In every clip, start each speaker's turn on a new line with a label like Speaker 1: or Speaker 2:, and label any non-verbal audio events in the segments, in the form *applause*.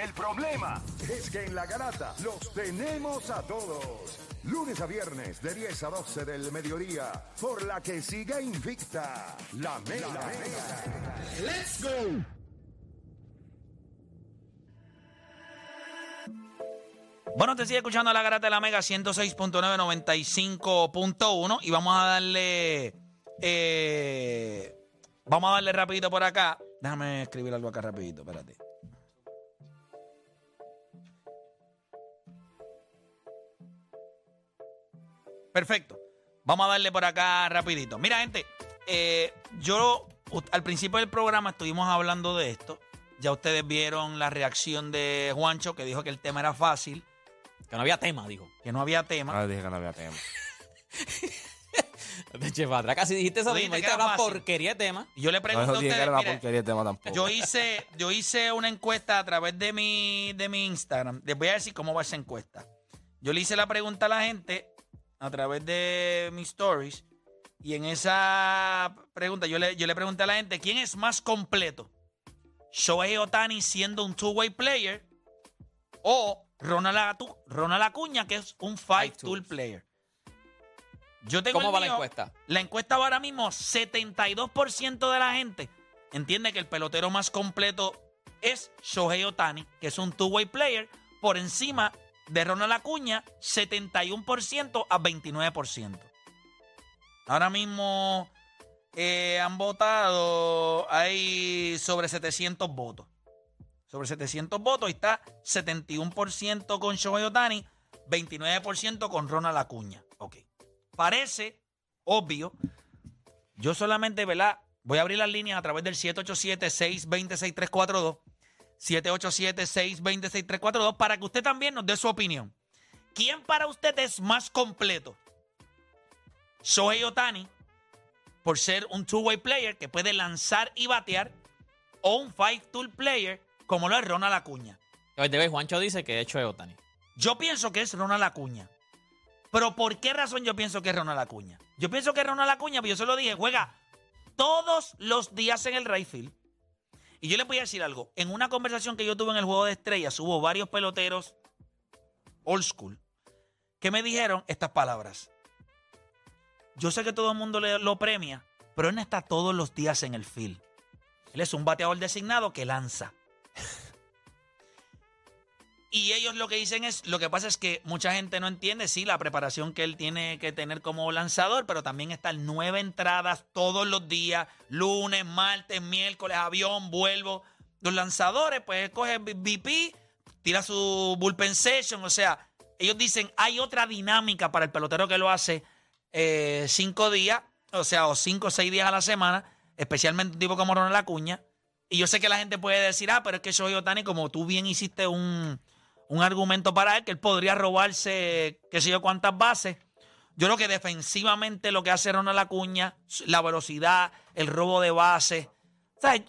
Speaker 1: El problema es que en la garata los tenemos a todos. Lunes a viernes de 10 a 12 del mediodía, por la que siga invicta la mela.
Speaker 2: Let's go.
Speaker 3: Bueno, te sigue escuchando la garata de la Mega 106.995.1 y vamos a darle. eh, vamos a darle rapidito por acá. Déjame escribir algo acá rapidito, espérate. Perfecto. Vamos a darle por acá rapidito. Mira, gente, eh, yo u- al principio del programa estuvimos hablando de esto. Ya ustedes vieron la reacción de Juancho que dijo que el tema era fácil,
Speaker 4: Que no había tema, dijo. *laughs*
Speaker 3: que no había tema.
Speaker 5: Ah, dije que no había tema.
Speaker 4: Te eché para atrás, casi dijiste eso
Speaker 3: Dijiste que
Speaker 4: mismo. Dijiste
Speaker 3: era
Speaker 4: una
Speaker 3: fácil.
Speaker 4: porquería de tema.
Speaker 3: Y yo le
Speaker 5: No,
Speaker 3: pregunto
Speaker 5: eso
Speaker 3: a
Speaker 5: dije que
Speaker 3: ustedes,
Speaker 5: era una
Speaker 3: mire,
Speaker 5: porquería de tema tampoco.
Speaker 3: yo hice, yo hice una encuesta a través de mi, de mi Instagram. Les voy a decir cómo va esa encuesta. Yo le hice la pregunta a la gente a través de mis stories. Y en esa pregunta, yo le, yo le pregunté a la gente: ¿quién es más completo? ¿Shohei Otani siendo un two-way player? ¿O Ronald, Atu- Ronald Acuña, que es un five-tool player? Yo tengo
Speaker 4: ¿Cómo
Speaker 3: el
Speaker 4: va la
Speaker 3: mío.
Speaker 4: encuesta?
Speaker 3: La encuesta va ahora mismo, 72% de la gente entiende que el pelotero más completo es Shohei Otani, que es un two-way player, por encima de Ronald Acuña, 71% a 29%. Ahora mismo eh, han votado, hay sobre 700 votos. Sobre 700 votos y está 71% con Shohei Otani, 29% con Ronald Acuña. Ok. Parece obvio. Yo solamente, ¿verdad? Voy a abrir las líneas a través del 787-620-6342. 787-620-6342 para que usted también nos dé su opinión. ¿Quién para usted es más completo? Shohei Otani, por ser un two-way player que puede lanzar y batear, o un five-tool player como lo es Ronald Acuña.
Speaker 4: Hoy debe Juancho dice que de hecho es Otani.
Speaker 3: Yo pienso que es Ronald Acuña. Pero ¿por qué razón yo pienso que es Ronald Acuña? Yo pienso que es Ronald Acuña, pero yo se lo dije, juega todos los días en el right field. Y yo les voy a decir algo. En una conversación que yo tuve en el juego de estrellas, hubo varios peloteros old school que me dijeron estas palabras. Yo sé que todo el mundo le- lo premia, pero él no está todos los días en el field. Él es un bateador designado que lanza. Y ellos lo que dicen es, lo que pasa es que mucha gente no entiende, sí, la preparación que él tiene que tener como lanzador, pero también están nueve entradas todos los días, lunes, martes, miércoles, avión, vuelvo. Los lanzadores, pues, cogen BP, tira su bullpen session, o sea, ellos dicen, hay otra dinámica para el pelotero que lo hace eh, cinco días, o sea, o cinco o seis días a la semana, especialmente un tipo como Ronald Acuña. Y yo sé que la gente puede decir, ah, pero es que yo Otani, como tú bien hiciste un, un argumento para él, que él podría robarse qué sé yo cuántas bases. Yo creo que defensivamente lo que hace Ronald Acuña, la velocidad, el robo de bases. O sea,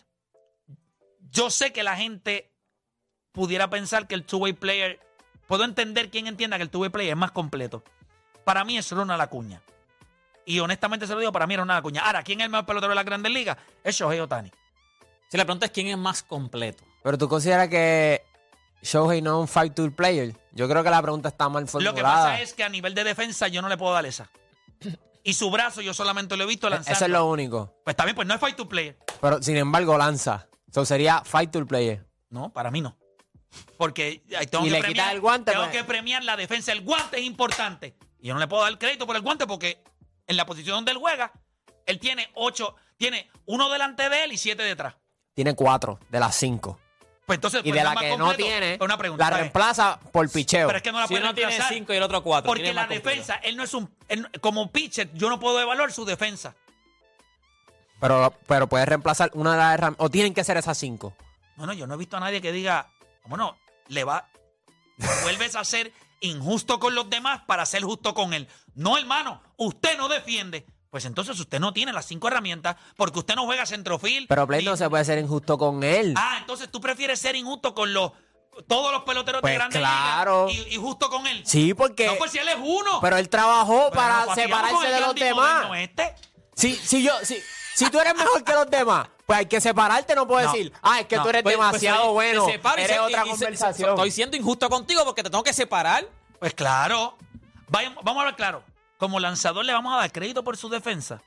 Speaker 3: yo sé que la gente pudiera pensar que el two-way player, puedo entender quien entienda que el two-way player es más completo. Para mí es Ronald Acuña. Y honestamente se lo digo, para mí es Ronald Acuña. Ahora, ¿quién es el mejor pelotero de la Grandes Ligas? Es Shohei Otani.
Speaker 4: Si la pregunta es quién es más completo.
Speaker 5: Pero tú consideras que Shohei no es un fight tool player. Yo creo que la pregunta está mal
Speaker 3: Lo que pasa es que a nivel de defensa yo no le puedo dar esa. Y su brazo yo solamente lo he
Speaker 5: E-,
Speaker 3: visto lanzando.
Speaker 5: único.
Speaker 3: Pues también, pues no es fight to player.
Speaker 5: Pero sin embargo lanza. Eso sería fight tool player.
Speaker 3: No, para mí no. Porque ahí tengo,
Speaker 5: Y
Speaker 3: que,
Speaker 5: le
Speaker 3: premiar,
Speaker 5: quita el guante,
Speaker 3: tengo
Speaker 5: pues.
Speaker 3: que premiar la defensa. El guante es importante. Y yo no le puedo dar crédito por el guante porque en la posición donde él juega, él tiene ocho, tiene uno delante de él y siete detrás.
Speaker 5: Tiene cuatro de las cinco.
Speaker 3: Pues entonces,
Speaker 5: Y
Speaker 3: pues,
Speaker 5: de
Speaker 3: es
Speaker 5: la
Speaker 3: más
Speaker 5: que no
Speaker 3: completo.
Speaker 5: tiene,
Speaker 3: Pero Una pregunta.
Speaker 5: la
Speaker 3: ¿sabes?
Speaker 5: reemplaza por picheo.
Speaker 3: Pero es que no la
Speaker 4: si
Speaker 3: puede
Speaker 4: uno tiene
Speaker 3: reemplazar.
Speaker 4: 5 y el otro 4.
Speaker 3: Porque la defensa, él no es un. él no- como pitcher, yo no puedo evaluar su defensa.
Speaker 5: Pero, pero puedes reemplazar una de las herramientas. O tienen que ser esas cinco.
Speaker 3: Bueno, yo no he visto a nadie que diga, bueno, le va, vuelves a ser injusto con los demás para ser justo con él. No, hermano, usted no defiende. Pues entonces usted no tiene las cinco herramientas porque usted no juega centrofil.
Speaker 5: Pero Play no
Speaker 3: Y-
Speaker 5: se puede ser injusto con él.
Speaker 3: Ah, entonces tú prefieres ser injusto con los todos los peloteros
Speaker 5: Pues
Speaker 3: de grandes
Speaker 5: claro.
Speaker 3: ligas y, y justo con él.
Speaker 5: sí, porque.
Speaker 3: No, pues si él es uno.
Speaker 5: Pero él trabajó
Speaker 3: Pero
Speaker 5: para
Speaker 3: no, papi, vamos con eh.
Speaker 5: separarse
Speaker 3: el
Speaker 5: de los
Speaker 3: Gandhi
Speaker 5: demás.
Speaker 3: moderno este.
Speaker 5: Si, si yo, si, si tú eres mejor que los demás, Pues hay que separarte, no puedo
Speaker 4: No.
Speaker 5: decir, ah, es que
Speaker 4: No,
Speaker 5: tú eres
Speaker 4: pues- pues
Speaker 5: demasiado
Speaker 4: ahí
Speaker 5: bueno.
Speaker 4: te separo y
Speaker 5: eres
Speaker 4: se-
Speaker 5: otra
Speaker 4: y- y se-
Speaker 5: conversación.
Speaker 4: estoy siendo injusto contigo porque te tengo que separar.
Speaker 3: Pues claro. Vaya- vamos a hablar claro. Como lanzador le vamos a dar crédito por su defensa.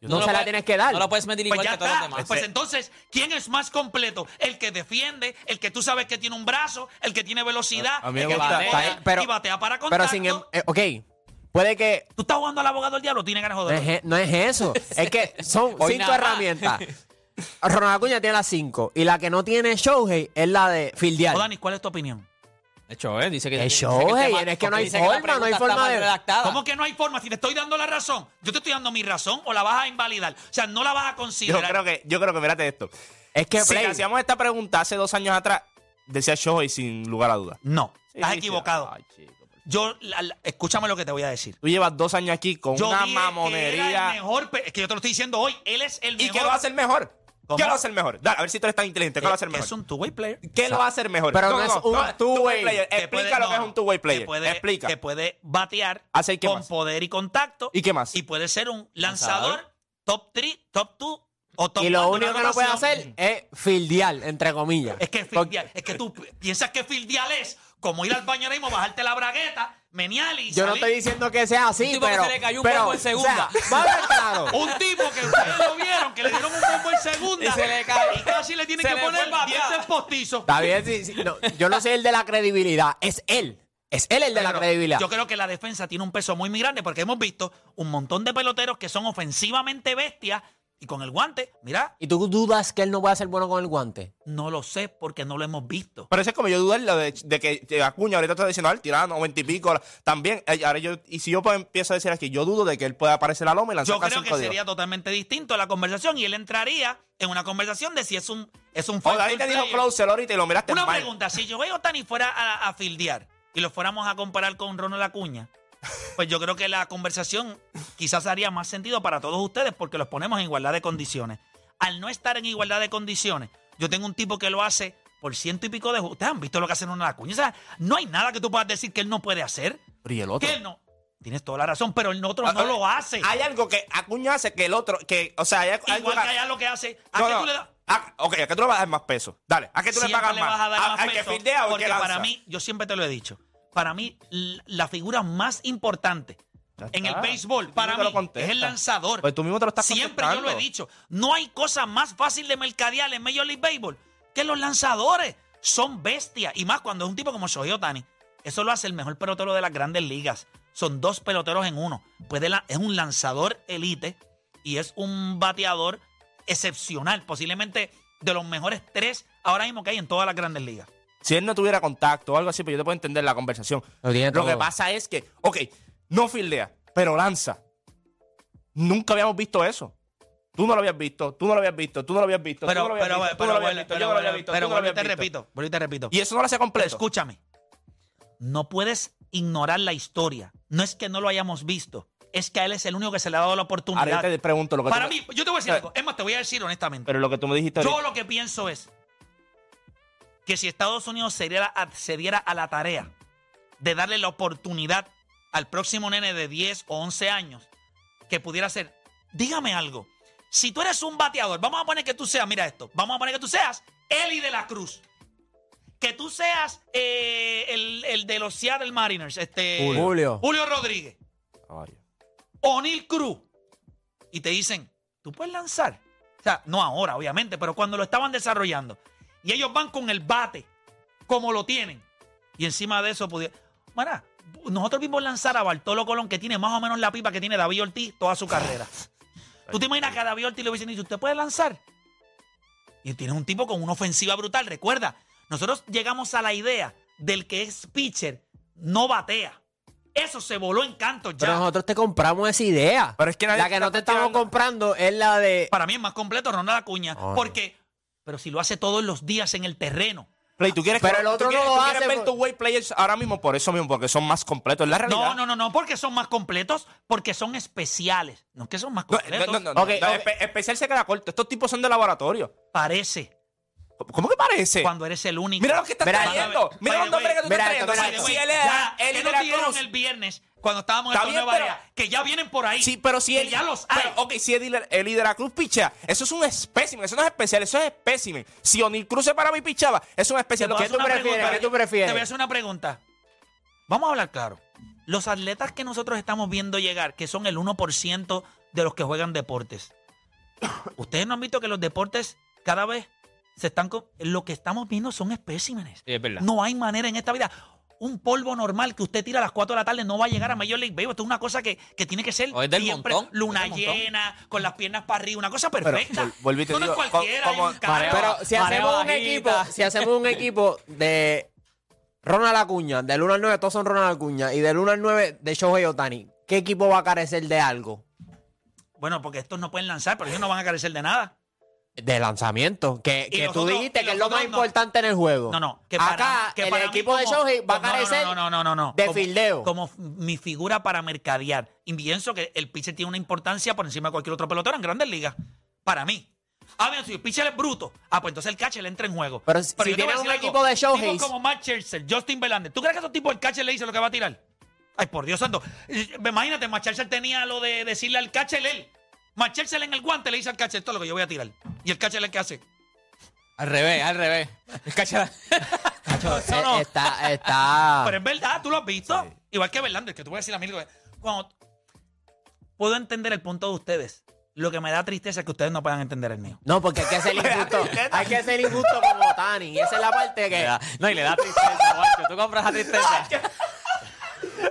Speaker 5: No
Speaker 4: lo
Speaker 5: se la
Speaker 4: puedes-
Speaker 5: tienes que dar.
Speaker 4: No la puedes medir
Speaker 3: Pues
Speaker 4: igual
Speaker 3: ya
Speaker 4: que a todos los
Speaker 3: está.
Speaker 4: demás.
Speaker 3: Pues entonces, ¿quién es más completo? El que defiende, el que tú sabes que tiene un brazo, el que tiene velocidad,
Speaker 6: A- a mí me
Speaker 3: el que
Speaker 4: gusta.
Speaker 3: batea
Speaker 5: Está bien, pero-
Speaker 3: y batea para contacto.
Speaker 5: Pero sin. em- eh, ok,
Speaker 4: *laughs*
Speaker 5: puede que.
Speaker 6: em-
Speaker 3: Tú estás jugando al abogado del diablo, tienes ganas de
Speaker 5: No es,
Speaker 3: joder.
Speaker 5: e- no es eso. Es que son
Speaker 4: *laughs* Hoy
Speaker 5: cinco
Speaker 4: nada más. *laughs*
Speaker 5: herramientas. Ronald Acuña tiene las cinco. Y la que no tiene Shohei es la de fildear.
Speaker 3: O Oh, Dani, ¿cuál es tu opinión?
Speaker 4: De hecho, eh, dice que.
Speaker 5: De
Speaker 4: dice
Speaker 5: show,
Speaker 4: que el
Speaker 5: eh,
Speaker 4: tema-
Speaker 5: es que no
Speaker 4: porque
Speaker 5: hay
Speaker 4: dice
Speaker 5: forma,
Speaker 4: la pregunta
Speaker 5: no hay
Speaker 4: está
Speaker 5: forma
Speaker 4: mal
Speaker 5: de-
Speaker 4: redactada.
Speaker 3: ¿Cómo que no hay forma? Si te estoy dando la razón, yo te estoy dando mi razón o la vas a invalidar. O sea, no la vas a
Speaker 6: Yo
Speaker 3: considerar.
Speaker 6: creo que, yo creo que, espérate esto.
Speaker 5: Es que
Speaker 6: Si
Speaker 5: Play,
Speaker 6: hacíamos esta pregunta hace dos años atrás, decía Shohei sin lugar a dudas.
Speaker 3: No, estás
Speaker 6: Sí,
Speaker 3: equivocado.
Speaker 6: sí. Ay, chico.
Speaker 3: Yo, la- la- escúchame lo que te voy a decir.
Speaker 6: Tú llevas dos años aquí con
Speaker 3: Yo
Speaker 6: una
Speaker 3: dije que era el
Speaker 6: mamonería.
Speaker 3: mejor, pe- es que yo te lo estoy diciendo hoy, él es el
Speaker 6: ¿Y
Speaker 3: mejor.
Speaker 6: qué lo va a hacer mejor?
Speaker 3: ¿Cómo?
Speaker 6: ¿Qué lo va a hacer mejor? Dale, a ver si tú eres tan inteligente. ¿Qué lo va a hacer
Speaker 3: Que
Speaker 6: mejor?
Speaker 3: Es un two-way player.
Speaker 6: ¿Qué lo va a hacer mejor?
Speaker 5: Pero no es un two-way.
Speaker 6: player.
Speaker 3: Te
Speaker 6: Explica
Speaker 3: puede-
Speaker 6: lo que
Speaker 3: no,
Speaker 6: es un two-way
Speaker 3: te
Speaker 6: player.
Speaker 3: puede-
Speaker 6: Explica.
Speaker 3: Te puede batear
Speaker 6: Hace, ¿y qué
Speaker 3: con
Speaker 6: más?
Speaker 3: poder y contacto.
Speaker 6: ¿Y qué más?
Speaker 3: Y puede ser un lanzador,
Speaker 4: Lanzador.
Speaker 3: top 3, top 2 o top
Speaker 5: y
Speaker 3: 1
Speaker 5: lo
Speaker 3: de
Speaker 5: único
Speaker 3: una
Speaker 5: que no puede
Speaker 3: rotación.
Speaker 5: hacer es fildear, entre comillas.
Speaker 3: Es que, fildear- es que tú pi- piensas que fildial es como ir al baño ahora mismo, bajarte la bragueta, menear y
Speaker 5: Yo no
Speaker 3: salir.
Speaker 5: estoy diciendo que sea así,
Speaker 4: Un tipo que
Speaker 5: pero.
Speaker 4: se le cayó un
Speaker 5: pero,
Speaker 4: poco en segunda.
Speaker 5: o sea, *laughs* vamos a ver claro.
Speaker 3: Un tipo que ustedes lo vieron, que le dieron un bombo en segunda
Speaker 4: Y se le cae.
Speaker 3: y casi le tienen
Speaker 4: Se
Speaker 3: que
Speaker 4: le
Speaker 3: poner
Speaker 4: fue el batazo.
Speaker 3: dientes postizos.
Speaker 5: Está bien, sí, sí, no, yo no soy el de la credibilidad, es él. Es él el de la
Speaker 3: Pero
Speaker 5: credibilidad.
Speaker 3: Yo creo que la defensa tiene un peso muy, muy grande porque hemos visto un montón de peloteros que son ofensivamente bestias y con el guante, mira,
Speaker 5: ¿Y tú dudas que él no puede ser bueno con el guante?
Speaker 3: no lo sé porque no lo hemos visto.
Speaker 6: Pero eso es como yo dudar de, de que de Acuña ahorita está diciendo, al tirano, 20 y pico. También, eh, ahora yo, y si yo pues, empiezo a decir aquí, yo dudo de que él pueda aparecer a la loma y lanzar
Speaker 3: Yo creo que
Speaker 6: cinco
Speaker 3: sería totalmente distinto la conversación y él entraría en una conversación de si es un es un
Speaker 6: O
Speaker 3: factor
Speaker 6: Dani te dijo
Speaker 3: player.
Speaker 6: closer ahorita y lo miraste
Speaker 3: Una
Speaker 6: mal.
Speaker 3: pregunta, si yo veo Tani fuera a, a fildear y lo fuéramos a comparar con Ronald Acuña, pues yo creo que la conversación quizás haría más sentido para todos ustedes porque los ponemos en igualdad de condiciones. Al no estar en igualdad de condiciones, yo tengo un tipo que lo hace por ciento y pico de ju- Ustedes han visto lo que hace Ronald Acuña. O sea, no hay nada que tú puedas decir que él no puede hacer.
Speaker 6: Pero ¿y el otro?
Speaker 3: Que él no. Tienes toda la razón, pero el otro
Speaker 6: Ah,
Speaker 3: no
Speaker 6: ah,
Speaker 3: lo hace.
Speaker 6: Hay algo que Acuña hace que el otro, que, o sea, hay algo
Speaker 3: Igual que
Speaker 6: algo-
Speaker 3: allá lo que hace. ¿A
Speaker 6: No,
Speaker 3: qué
Speaker 6: no.
Speaker 3: tú le das?
Speaker 6: Ah, ok, ¿a qué tú le vas a dar más peso? Dale, ¿a qué tú le
Speaker 3: Siempre
Speaker 6: pagas
Speaker 3: le
Speaker 6: más?
Speaker 3: vas a dar
Speaker 6: ¿A-
Speaker 3: más
Speaker 6: ¿Al que
Speaker 3: peso,
Speaker 6: fildea o al
Speaker 3: porque
Speaker 6: que lanza?
Speaker 3: para mí, yo siempre te lo he dicho, para mí l- la figura más importante
Speaker 6: Ya
Speaker 3: en el
Speaker 6: está.
Speaker 3: béisbol
Speaker 6: Tú
Speaker 3: para
Speaker 6: mismo te
Speaker 3: mí
Speaker 6: lo contestas.
Speaker 3: es el lanzador.
Speaker 6: Pues tú mismo te lo estás
Speaker 3: siempre yo lo he
Speaker 6: contestando.
Speaker 3: dicho. No hay cosa más fácil de mercadear en Major League Baseball que los lanzadores. Son bestias. Y más cuando es un tipo como Shohei Otani. Eso lo hace el mejor pelotero de las grandes ligas. Son dos peloteros en uno. Puede la- es un lanzador elite y es un bateador excepcional. Posiblemente de los mejores tres ahora mismo que hay en todas las grandes ligas.
Speaker 6: Si él no tuviera contacto o algo así, pues yo te puedo entender la conversación.
Speaker 5: Lo tiene
Speaker 6: Lo
Speaker 5: todo.
Speaker 6: que pasa es que, ok, no fildea, pero lanza. Nunca habíamos visto eso. Tú no lo habías visto, tú no lo habías visto, tú no lo habías visto, tú no
Speaker 3: Pero,
Speaker 6: lo habías
Speaker 3: pero,
Speaker 6: visto, tú
Speaker 3: pero,
Speaker 6: no lo habías
Speaker 3: vuelvo-
Speaker 6: visto, yo
Speaker 3: pero,
Speaker 6: no lo había
Speaker 3: vuelvo-
Speaker 6: visto,
Speaker 3: pero
Speaker 6: tú no lo
Speaker 3: vuelvo y
Speaker 6: habías
Speaker 3: te
Speaker 6: visto.
Speaker 3: repito, vuelvo y te repito.
Speaker 6: Y eso no lo hacía
Speaker 3: Pero
Speaker 6: completo.
Speaker 3: escúchame, no puedes ignorar la historia. No es que no lo hayamos visto, es que a él es el único que se le ha dado la
Speaker 6: Ahora yo
Speaker 3: oportunidad.
Speaker 6: te pregunto lo que
Speaker 3: Para
Speaker 6: tú me-
Speaker 3: mí, yo te voy a decir
Speaker 6: Eh.
Speaker 3: algo. Es más, te voy a decir honestamente.
Speaker 6: Pero lo que tú me dijiste
Speaker 3: Yo
Speaker 6: ahorita-
Speaker 3: lo que pienso es que si Estados Unidos se diera, a- se diera a la tarea de darle la oportunidad al próximo nene de 10 o 11 años que pudiera ser, dígame algo. Si tú eres un bateador, vamos a poner que tú seas, mira esto, vamos a poner que tú seas Eli de la Cruz. Que tú seas eh, el, el de los Seattle Mariners, este,
Speaker 5: Julio. Julio.
Speaker 3: Julio Rodríguez,
Speaker 6: Ay.
Speaker 3: O'Neill Cruz. Y te dicen, tú puedes lanzar. O sea, no ahora, obviamente, pero cuando lo estaban desarrollando. Y ellos van con el bate, como lo tienen. Y encima de eso, pudiera. Mira, nosotros vimos lanzar a Bartolo Colón, que tiene más o menos la pipa que tiene David Ortiz toda su carrera. ¿Tú te imaginas que a David Ortiz le hubiesen dicho, usted puede lanzar? Y tienes un tipo con una ofensiva brutal. Recuerda, nosotros llegamos a la idea del que es pitcher, no batea. Eso se voló en canto ya.
Speaker 5: Pero nosotros te compramos esa idea.
Speaker 6: Pero es que nadie
Speaker 5: la que
Speaker 6: está
Speaker 5: no te estamos
Speaker 6: cuestionando.
Speaker 5: comprando es la de.
Speaker 3: para mí es más completo Ronald Acuña.
Speaker 5: Ah, no.
Speaker 3: porque, pero si lo hace todos los días en el terreno.
Speaker 6: Play, tú quieres que-
Speaker 5: Pero el
Speaker 6: tú
Speaker 5: otro no
Speaker 6: quieres-
Speaker 5: lo
Speaker 6: tú
Speaker 5: hace,
Speaker 6: quieres ver
Speaker 5: pues.
Speaker 6: tu way players ahora mismo por eso mismo, porque son más completos. Es la realidad.
Speaker 3: No, no, no, no, porque son más completos, porque son especiales. No es que son más
Speaker 6: No,
Speaker 3: completos.
Speaker 6: no, no, no, no.
Speaker 5: Ok,
Speaker 6: No,
Speaker 5: ok.
Speaker 6: espe- especial se queda corto. Estos tipos son de laboratorio.
Speaker 3: Parece.
Speaker 6: ¿Cómo que parece?
Speaker 3: Cuando eres el único.
Speaker 6: Mira lo que estás
Speaker 5: Mira,
Speaker 6: trayendo.
Speaker 3: by
Speaker 6: Mira
Speaker 3: the
Speaker 6: los nombres que tú
Speaker 5: mira
Speaker 6: estás
Speaker 5: esto, mira
Speaker 6: trayendo. Si-
Speaker 5: esto.
Speaker 6: Si él
Speaker 3: Ya,
Speaker 6: es
Speaker 3: que
Speaker 6: el
Speaker 3: no dieron
Speaker 6: Veracruz.
Speaker 3: el viernes cuando estábamos en
Speaker 6: Está
Speaker 3: la
Speaker 6: bien,
Speaker 3: Nueva
Speaker 6: pero-
Speaker 3: Era, que ya vienen por ahí.
Speaker 6: Sí, pero si
Speaker 3: que
Speaker 6: él.
Speaker 3: ya los hay.
Speaker 6: pero, ok, si el, el líder Cruz pichea, eso es un espécimen. Eso no es especial, eso es espécimen. Si O'Neill Cruz para mí pichaba, eso es
Speaker 3: Te
Speaker 6: especial.
Speaker 3: voy a
Speaker 5: ¿Qué
Speaker 3: hacer
Speaker 5: tú
Speaker 3: una
Speaker 5: prefieres?
Speaker 3: pregunta.
Speaker 5: ¿Qué tú prefieres?
Speaker 3: Te voy a hacer una pregunta. Vamos a hablar claro. Los atletas que nosotros estamos viendo llegar, que son el 1% de los que juegan deportes. *coughs* Ustedes no han visto que los deportes cada vez se están... co- Lo que estamos viendo son especímenes.
Speaker 4: Sí, es verdad.
Speaker 3: No hay manera en esta vida. Un polvo normal que usted tira a las 4 de la tarde no va a llegar a Major League Baseball. Esto es una cosa que, que tiene que ser
Speaker 4: O es del
Speaker 3: siempre
Speaker 4: montón,
Speaker 3: luna
Speaker 4: es del montón.
Speaker 3: llena, con las piernas para arriba, una cosa
Speaker 6: Pero,
Speaker 3: perfecta.
Speaker 6: vol- vuelvo y te
Speaker 3: Esto no es
Speaker 6: digo, co-
Speaker 3: cualquiera, hay
Speaker 6: como-
Speaker 3: un carajo.
Speaker 5: Pero si
Speaker 4: Marea
Speaker 5: hacemos un
Speaker 4: bajita.
Speaker 5: equipo, si hacemos un equipo de Ronald Acuña, del 1 al 9 todos son Ronald Acuña y del 1 al 9 de Shohei Otani, ¿qué equipo va a carecer de algo?
Speaker 3: Bueno, porque estos no pueden lanzar, pero ellos no van a carecer de nada.
Speaker 5: De lanzamiento, que,
Speaker 3: Y
Speaker 5: que
Speaker 3: los
Speaker 5: tú
Speaker 3: otros-
Speaker 5: dijiste
Speaker 3: y
Speaker 5: que es
Speaker 3: los
Speaker 5: lo más
Speaker 3: otros no.
Speaker 5: importante en el juego.
Speaker 3: No, no. Que para,
Speaker 5: Acá
Speaker 3: que
Speaker 5: el
Speaker 3: para mí
Speaker 5: equipo de
Speaker 3: como-
Speaker 5: Shohei va a
Speaker 3: no, no,
Speaker 5: carecer
Speaker 3: no, no, no, no, no.
Speaker 5: de
Speaker 3: Como-
Speaker 5: fildeo.
Speaker 3: Como f- mi figura para mercadear. Y pienso que el pitcher tiene una importancia por encima de cualquier otro pelotero en grandes ligas. Para mí. Ah, bien, si el pitcher es bruto, ah, pues entonces el catcher le entra en juego.
Speaker 5: Pero si- si
Speaker 3: yo te voy a
Speaker 5: tienes
Speaker 3: decir
Speaker 5: un
Speaker 3: algo,
Speaker 5: equipo de Shoheis-
Speaker 3: tipos como Matt Scherzer, Justin Verlander, ¿tú crees que a esos tipos el catcher le dice lo que va a tirar? Ay, por Dios santo. Eh, Imagínate, Matt Scherzer tenía lo de decirle al catcher él. Matt Scherzer en el guante le dice al catcher, esto es lo que yo voy a tirar. Y el catcher le que hace.
Speaker 4: Al revés, al revés. *laughs* Cacha-
Speaker 5: Eh,
Speaker 3: no.
Speaker 5: Está, está.
Speaker 3: *laughs* Pero es verdad, tú lo has visto. Igual que Verlander, que tú puedes decir a mí. Cuando... Puedo entender el punto de ustedes. Lo que me da tristeza es que ustedes no puedan entender el mío.
Speaker 5: No, porque hay que ser
Speaker 3: *laughs*
Speaker 5: injusto. hay que ser injusto como Otani. Y esa es la parte
Speaker 4: Le
Speaker 5: que.
Speaker 4: da- no, y le da tristeza, guacho. Tú compras
Speaker 3: *laughs*
Speaker 4: la tristeza.
Speaker 6: *laughs*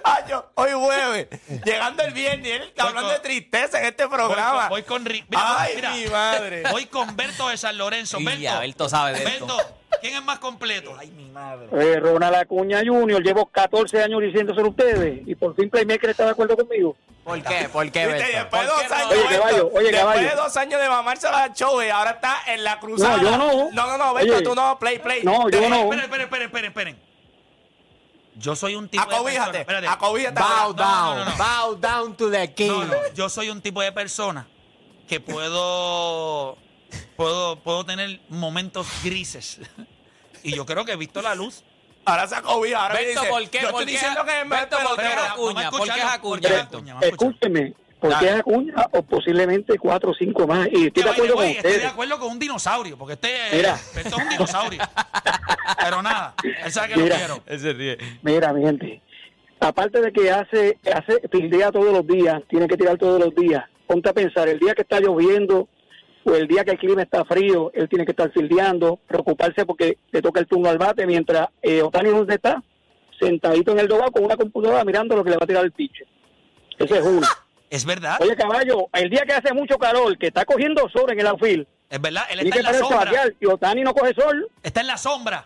Speaker 6: Ay, yo, hoy *laughs* jueves, llegando el viernes, él está
Speaker 3: Voy
Speaker 6: hablando
Speaker 3: con-
Speaker 6: de tristeza en este
Speaker 3: Voy
Speaker 6: programa.
Speaker 3: con, voy con Ri- mira,
Speaker 6: Ay,
Speaker 3: mira,
Speaker 6: mi madre.
Speaker 3: Voy con Berto de San Lorenzo.
Speaker 4: Y
Speaker 3: Berto,
Speaker 4: ya, Berto sabe de esto. Ah,
Speaker 3: Berto, ¿quién es más completo? Ay, mi madre.
Speaker 7: Eh, Ronald Acuña Junior, llevo 14 años diciéndoselo a ustedes y por fin Playmaker está de acuerdo conmigo.
Speaker 5: ¿Por qué? ¿Por qué,
Speaker 6: Viste,
Speaker 5: Beto?
Speaker 6: después de
Speaker 4: ¿Por qué
Speaker 6: dos
Speaker 4: no?
Speaker 6: años,
Speaker 7: Oye,
Speaker 6: Beto,
Speaker 7: caballo, oye,
Speaker 6: después
Speaker 7: caballo.
Speaker 6: de dos años de mamarse la show, y ahora está en la cruzada.
Speaker 7: No, yo no.
Speaker 6: No, no, no, Beto,
Speaker 7: Oye.
Speaker 6: tú no, play, play.
Speaker 7: No, yo
Speaker 6: Te-
Speaker 7: no.
Speaker 3: Esperen, esperen, esperen, esperen, esperen. Yo soy un tipo
Speaker 6: Acobíjate,
Speaker 3: de persona. Espérate.
Speaker 6: acobíjate.
Speaker 5: Bow
Speaker 3: No, no,
Speaker 5: down.
Speaker 3: no, no.
Speaker 5: Bow down to the king.
Speaker 3: No, no, yo soy un tipo de persona que puedo, puedo, puedo tener momentos grises. Y yo creo que he visto la luz.
Speaker 6: Ahora se acobija, ahora me
Speaker 4: Beto,
Speaker 6: dice,
Speaker 4: ¿por qué?
Speaker 6: Yo
Speaker 4: ¿Por
Speaker 6: estoy
Speaker 4: qué?
Speaker 6: diciendo que es el mejor
Speaker 4: Beto, ¿por qué?
Speaker 6: pelotero.
Speaker 3: Espera,
Speaker 4: Acuña,
Speaker 3: vamos a
Speaker 4: ¿por qué es
Speaker 3: escucharlo,
Speaker 4: Acuña,
Speaker 3: porque es
Speaker 4: Beto?
Speaker 3: Acuña, vamos a escucharlo.
Speaker 7: Escúcheme, porque es Acuña o posiblemente cuatro o cinco más y
Speaker 3: Que,
Speaker 7: estoy de
Speaker 3: by the
Speaker 7: acuerdo con
Speaker 3: way, estoy de
Speaker 7: ustedes.
Speaker 3: acuerdo con un dinosaurio, porque este,
Speaker 7: Mira.
Speaker 3: este es un dinosaurio. Pero nada, él sabe que
Speaker 7: Mira.
Speaker 3: lo quiero.
Speaker 4: Él se ríe.
Speaker 7: Mira, mi gente, aparte de que hace, hace fildea todos los días, tiene que tirar todos los días. Ponte a pensar, el día que está lloviendo o el día que el clima está frío, él tiene que estar fildeando, preocuparse porque le toca el turno al bate, mientras eh, Otani, ¿dónde está? Sentadito en el doblado con una computadora mirando lo que le va a tirar el piche. Ese es uno.
Speaker 3: Es verdad,
Speaker 7: Oye, caballo, el día que hace mucho calor, que está cogiendo sol en el outfield,
Speaker 3: es verdad. Él
Speaker 7: tiene
Speaker 3: está
Speaker 7: que
Speaker 3: en la
Speaker 7: ponerse a
Speaker 3: sombra.
Speaker 7: batear. Y Otani no coge sol,
Speaker 3: Está en la sombra.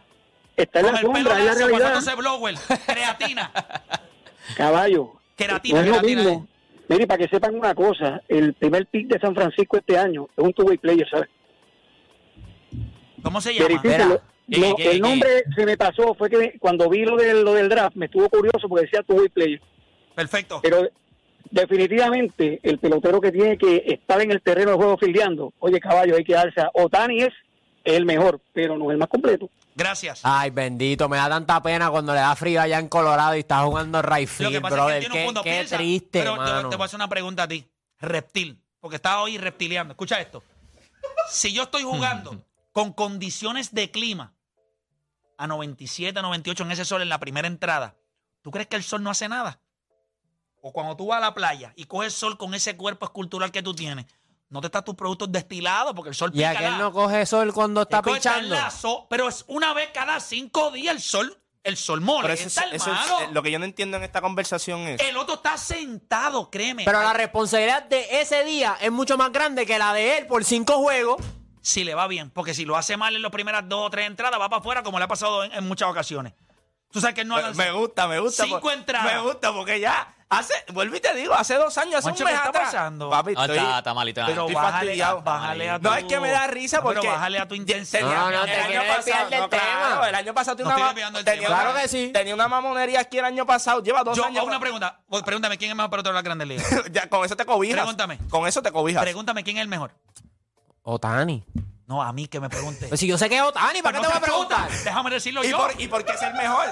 Speaker 7: está en
Speaker 3: Con
Speaker 7: la
Speaker 3: el pelo
Speaker 7: sombra, es la
Speaker 3: lacio,
Speaker 7: realidad.
Speaker 3: pasándose blower, creatina.
Speaker 7: Caballo.
Speaker 3: Queratina,
Speaker 7: no es lo
Speaker 3: queratina, eh.
Speaker 7: mismo. Mire, para que sepan una cosa, el primer pick de San Francisco este año es un two-way player, ¿sabes?
Speaker 3: ¿Cómo se llama?
Speaker 7: Verifíquelo.
Speaker 4: Espera.
Speaker 7: No,
Speaker 4: ¿Qué, qué,
Speaker 7: el nombre se me pasó, fue que cuando vi lo del, lo del draft me estuvo curioso porque decía two-way player.
Speaker 3: Perfecto.
Speaker 7: Pero definitivamente el pelotero que tiene que estar en el terreno de juego fildeando, oye caballo, hay que darse a Otani es el mejor, pero no es el más completo.
Speaker 3: Gracias.
Speaker 5: Ay, bendito, me da tanta pena cuando le da frío allá en Colorado y está jugando right
Speaker 3: Lo que
Speaker 5: field,
Speaker 3: pasa
Speaker 5: brother.
Speaker 3: es que él tiene
Speaker 5: qué
Speaker 3: un punto.
Speaker 5: qué
Speaker 3: Piensa,
Speaker 5: triste,
Speaker 3: pero te-
Speaker 5: mano.
Speaker 3: Te, voy a hacer una pregunta a ti. Reptil. Porque estaba hoy reptiliano. Escucha esto. Si yo estoy
Speaker 5: *laughs*
Speaker 3: jugando con condiciones de clima a 97, 98 en ese sol en la primera entrada, ¿tú crees que el sol no hace nada? O cuando tú vas a la playa y coges sol con ese cuerpo escultural que tú tienes, no te estás tus productos destilados porque el sol
Speaker 5: y
Speaker 3: pica
Speaker 5: aquel
Speaker 3: la-
Speaker 5: no coge sol cuando está
Speaker 3: el sol en
Speaker 5: pinchando.
Speaker 3: lazo, pero es una vez cada cinco días el sol, el sol molesta,
Speaker 6: Pero eso es, eso es-
Speaker 3: hermano.
Speaker 6: eh, lo que yo no entiendo en esta conversación es.
Speaker 3: El otro está sentado, créeme.
Speaker 5: Pero la responsabilidad de ese día es mucho más grande que la de él por cinco juegos.
Speaker 3: Si le va bien, porque si lo hace mal en las primeras dos o tres entradas, va para afuera, como le ha pasado en, en muchas ocasiones. Tú sabes que él no ha
Speaker 6: Me, me
Speaker 3: lanzado.
Speaker 6: gusta, me gusta.
Speaker 3: Cinco
Speaker 6: por-
Speaker 3: entradas.
Speaker 6: Me gusta porque ya hace, vuelvo y te digo, hace dos años, hace
Speaker 3: Juancho,
Speaker 6: un mes
Speaker 3: ¿qué está
Speaker 6: atrás.
Speaker 3: pasando?
Speaker 6: Papi,
Speaker 4: Ah,
Speaker 6: estoy-
Speaker 4: está- está malito,
Speaker 3: Pero
Speaker 6: estoy
Speaker 3: bájale, a,
Speaker 6: fastidiado.
Speaker 3: bájale a tu.
Speaker 6: No, es que me da risa porque.
Speaker 3: Pero bájale a tu
Speaker 6: ya-
Speaker 3: intensidad.
Speaker 6: tenía-
Speaker 5: No, no, te
Speaker 6: el año
Speaker 5: quieres
Speaker 6: pasado,
Speaker 5: desviar del
Speaker 6: no, claro,
Speaker 5: tema.
Speaker 6: el año pasado tenía
Speaker 3: No
Speaker 6: una,
Speaker 3: estoy desviando el
Speaker 6: tenía
Speaker 3: tema.
Speaker 6: una-
Speaker 5: Claro que sí.
Speaker 6: Tenía una mamonería aquí el año pasado. Lleva dos
Speaker 3: Yo,
Speaker 6: años.
Speaker 3: hago una pregunta. Voy, Pregúntame quién es más pelotero de la Grandes
Speaker 6: *laughs*
Speaker 3: Ligas.
Speaker 6: ya, con eso te cobijas.
Speaker 3: Pregúntame.
Speaker 6: Con eso te cobijas.
Speaker 3: Pregúntame quién es el mejor.
Speaker 5: Otani.
Speaker 3: No, a mí que me pregunte.
Speaker 5: Pues si yo sé que es Otani, ¿para
Speaker 3: No
Speaker 5: qué te voy a
Speaker 3: seas chota.
Speaker 5: preguntar?
Speaker 3: Déjame decirlo
Speaker 6: ¿Y
Speaker 3: yo.
Speaker 6: por, ¿Y por qué es el mejor?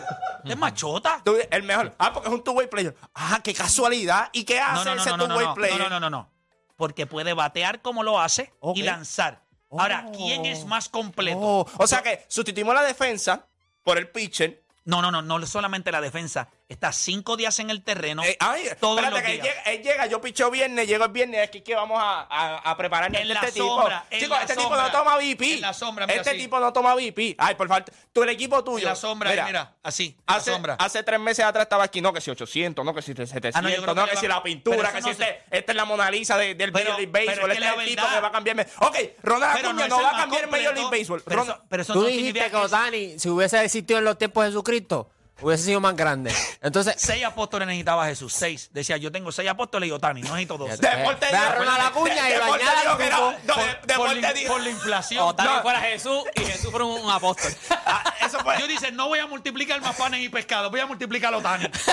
Speaker 3: ¿Es machota?
Speaker 6: Tú- el mejor. Ah, porque es un two-way player. Ah, qué casualidad. ¿Y qué
Speaker 3: No,
Speaker 6: hace
Speaker 3: no, no,
Speaker 6: ese
Speaker 3: no, no,
Speaker 6: two-way
Speaker 3: no,
Speaker 6: player?
Speaker 3: no, no, no, no. Porque puede batear como lo hace
Speaker 6: Ok.
Speaker 3: y lanzar. Ahora, ¿quién es más completo?
Speaker 6: Oh, o sea que sustituimos la defensa por el pitcher.
Speaker 3: No, no, no, no solamente la defensa. Está cinco días en el terreno.
Speaker 6: Eh, ay,
Speaker 3: Todos
Speaker 6: espérate,
Speaker 3: los
Speaker 6: que él
Speaker 3: días.
Speaker 6: llega, él llega, yo picheo viernes, llego el viernes, aquí que vamos a, a, a prepararnos
Speaker 3: En
Speaker 6: de
Speaker 3: la
Speaker 6: este
Speaker 3: sombra, en
Speaker 6: tipo. Chicos,
Speaker 3: la
Speaker 6: este
Speaker 3: sombra.
Speaker 6: tipo no toma VP.
Speaker 3: En la sombra, mira,
Speaker 6: Este
Speaker 3: así.
Speaker 6: tipo no toma VP. Ay, por favor, tú el equipo tuyo.
Speaker 3: Y la sombra, mira, mira así. la
Speaker 6: Hace,
Speaker 3: sombra.
Speaker 6: hace tres meses atrás estaba aquí, no que si 800, no que si 700,
Speaker 3: Ah, no,
Speaker 6: no,
Speaker 3: yo creo que
Speaker 6: que,
Speaker 3: le va-
Speaker 6: si
Speaker 3: pero
Speaker 6: la pintura,
Speaker 3: eso
Speaker 6: que
Speaker 3: no
Speaker 6: si
Speaker 3: se-
Speaker 6: este, esta es la Mona Lisa de- del
Speaker 3: Pero-
Speaker 6: Major League
Speaker 3: pero es
Speaker 6: Baseball,
Speaker 3: que
Speaker 6: este
Speaker 3: la
Speaker 6: es el tipo
Speaker 3: verdad-
Speaker 6: que va a cambiar. Ok, Ronald
Speaker 3: Pero
Speaker 6: Acuña
Speaker 3: es
Speaker 6: no,
Speaker 3: el
Speaker 6: va a
Speaker 3: más
Speaker 6: cambiar el Major League
Speaker 3: completo,
Speaker 6: Baseball.
Speaker 3: Pero
Speaker 6: Ronald-
Speaker 3: eso, pero eso
Speaker 5: Tú
Speaker 3: no
Speaker 5: dijiste
Speaker 3: significa
Speaker 5: que
Speaker 3: que
Speaker 5: Otani, si hubiese existido en los tiempos de Jesucristo, hubiese sido más grande. Entonces,
Speaker 3: seis apóstoles necesitaba Jesús. Seis. Decía, yo tengo seis apóstoles y Otani, no necesito doce.
Speaker 5: De-
Speaker 6: Deporte
Speaker 5: Ve a
Speaker 6: dijo-
Speaker 5: Ronald Acuña y lo
Speaker 6: Deporte
Speaker 5: añade
Speaker 6: dijo
Speaker 5: al
Speaker 6: que
Speaker 5: grupo.
Speaker 6: no, no, de-
Speaker 3: por,
Speaker 6: Deporte
Speaker 3: la,
Speaker 6: dijo-
Speaker 3: por la inflación.
Speaker 4: Otani
Speaker 6: No.
Speaker 4: fuera Jesús y Jesús fuera un,
Speaker 3: *laughs*
Speaker 4: un apóstol.
Speaker 6: Ah, Eso fue.
Speaker 3: Yo dice, no voy a multiplicar más panes y pescado, voy a multiplicar a
Speaker 5: *laughs*
Speaker 3: Otani. Este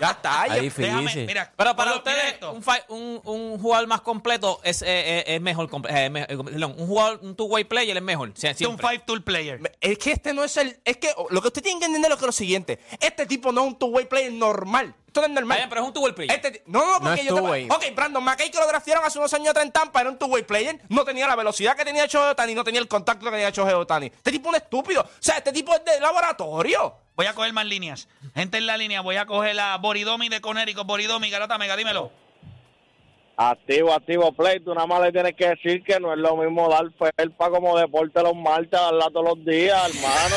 Speaker 6: Ya está.
Speaker 5: Ahí
Speaker 6: oye,
Speaker 5: difícil.
Speaker 3: Déjame, mira,
Speaker 4: Pero para
Speaker 3: por lo- mira
Speaker 4: ustedes,
Speaker 3: esto.
Speaker 4: un, fi- un, un jugador más completo es, eh, eh, es mejor. comple- eh, me- eh, perdón, un jugador, un two-way player es mejor.
Speaker 3: Este
Speaker 4: sie-
Speaker 3: es un
Speaker 4: siempre.
Speaker 3: five tool player.
Speaker 6: Es que este no es el. Es que lo que usted tiene que entender es, que es lo siguiente: este tipo no es un two-way player normal. Esto no es
Speaker 4: Está
Speaker 6: normal.
Speaker 4: bien, pero es un two-way player.
Speaker 6: Este ti- no, no, porque
Speaker 5: No es
Speaker 6: yo te-
Speaker 5: two-way.
Speaker 6: Ok, Brandon McKay que lo draftearon hace unos años atrás en Tampa era un two-way player. No tenía la velocidad que tenía Shohei Otani, no tenía el contacto que tenía Shohei Otani. Este tipo es un estúpido. O sea, este tipo es de laboratorio.
Speaker 3: Voy a coger más líneas. Gente en la línea, voy a coger la Boridomi de Conérico. Boridomi, Garata Mega, dímelo.
Speaker 8: Activo, activo, play. Tú nada más le tienes que decir que no es lo mismo dar felpa como deporte los martes, darla todos los días, hermano.